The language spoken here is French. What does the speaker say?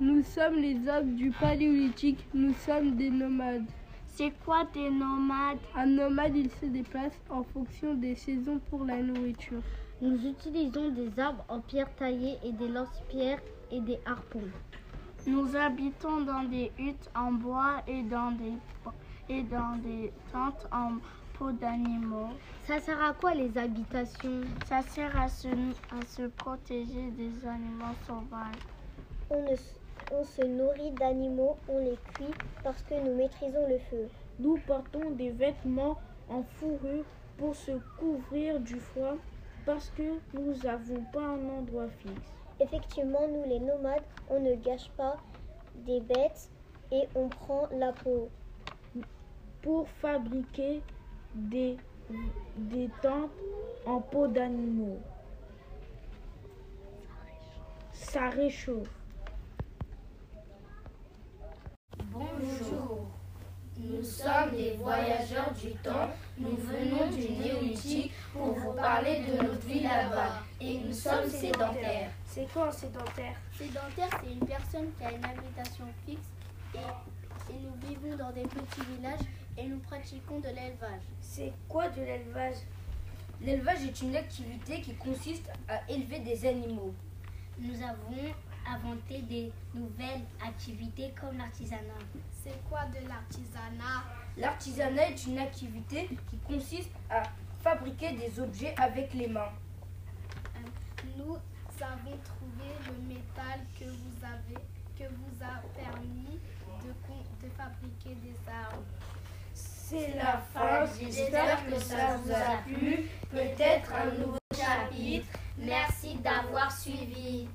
Nous sommes les hommes du paléolithique, nous sommes des nomades. C'est quoi des nomades Un nomade, il se déplace en fonction des saisons pour la nourriture. Nous utilisons des arbres en pierre taillée et des lance-pierres et des harpons. Nous habitons dans des huttes en bois et dans des, et dans des tentes en peau d'animaux. Ça sert à quoi les habitations Ça sert à se, à se protéger des animaux sauvages. On, ne s- on se nourrit d'animaux, on les cuit parce que nous maîtrisons le feu. Nous portons des vêtements en fourrure pour se couvrir du froid parce que nous n'avons pas un endroit fixe. Effectivement, nous les nomades, on ne gâche pas des bêtes et on prend la peau. Pour fabriquer des, des tentes en peau d'animaux. Ça réchauffe. Bonjour. Nous sommes des voyageurs du temps. Nous venons du néolithique pour vous parler de notre vie là-bas. Et nous sommes sédentaires. C'est quoi un sédentaire Sédentaire, c'est une personne qui a une habitation fixe et, et nous vivons dans des petits villages et nous pratiquons de l'élevage. C'est quoi de l'élevage L'élevage est une activité qui consiste à élever des animaux. Nous avons inventé des nouvelles activités comme l'artisanat. C'est quoi de l'artisanat L'artisanat est une activité qui consiste à fabriquer des objets avec les mains. Nous avons trouvé le métal que vous avez que vous a permis de, con- de fabriquer des armes. C'est la fin. J'espère que ça vous a plu. Peut-être un nouveau chapitre. Merci d'avoir suivi.